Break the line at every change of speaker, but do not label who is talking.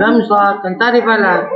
لم ساعة تنتهي فالآن.